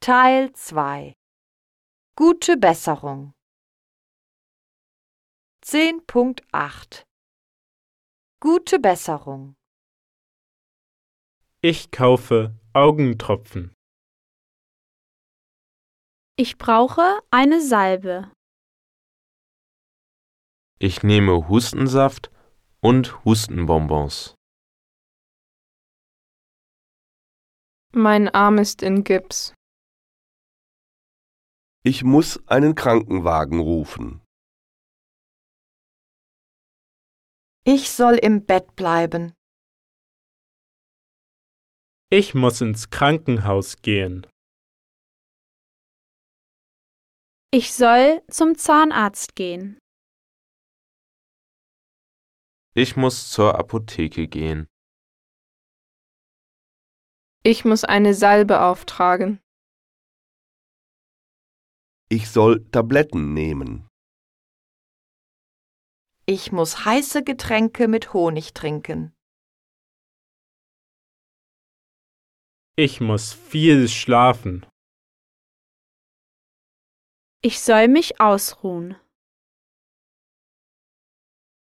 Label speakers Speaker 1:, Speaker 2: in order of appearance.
Speaker 1: Teil 2 Gute Besserung 10.8 Gute Besserung
Speaker 2: Ich kaufe Augentropfen.
Speaker 3: Ich brauche eine Salbe.
Speaker 4: Ich nehme Hustensaft und Hustenbonbons.
Speaker 5: Mein Arm ist in Gips.
Speaker 6: Ich muss einen Krankenwagen rufen.
Speaker 1: Ich soll im Bett bleiben.
Speaker 2: Ich muss ins Krankenhaus gehen.
Speaker 3: Ich soll zum Zahnarzt gehen.
Speaker 4: Ich muss zur Apotheke gehen.
Speaker 5: Ich muss eine Salbe auftragen.
Speaker 6: Ich soll Tabletten nehmen.
Speaker 1: Ich muss heiße Getränke mit Honig trinken.
Speaker 2: Ich muss viel schlafen.
Speaker 3: Ich soll mich ausruhen.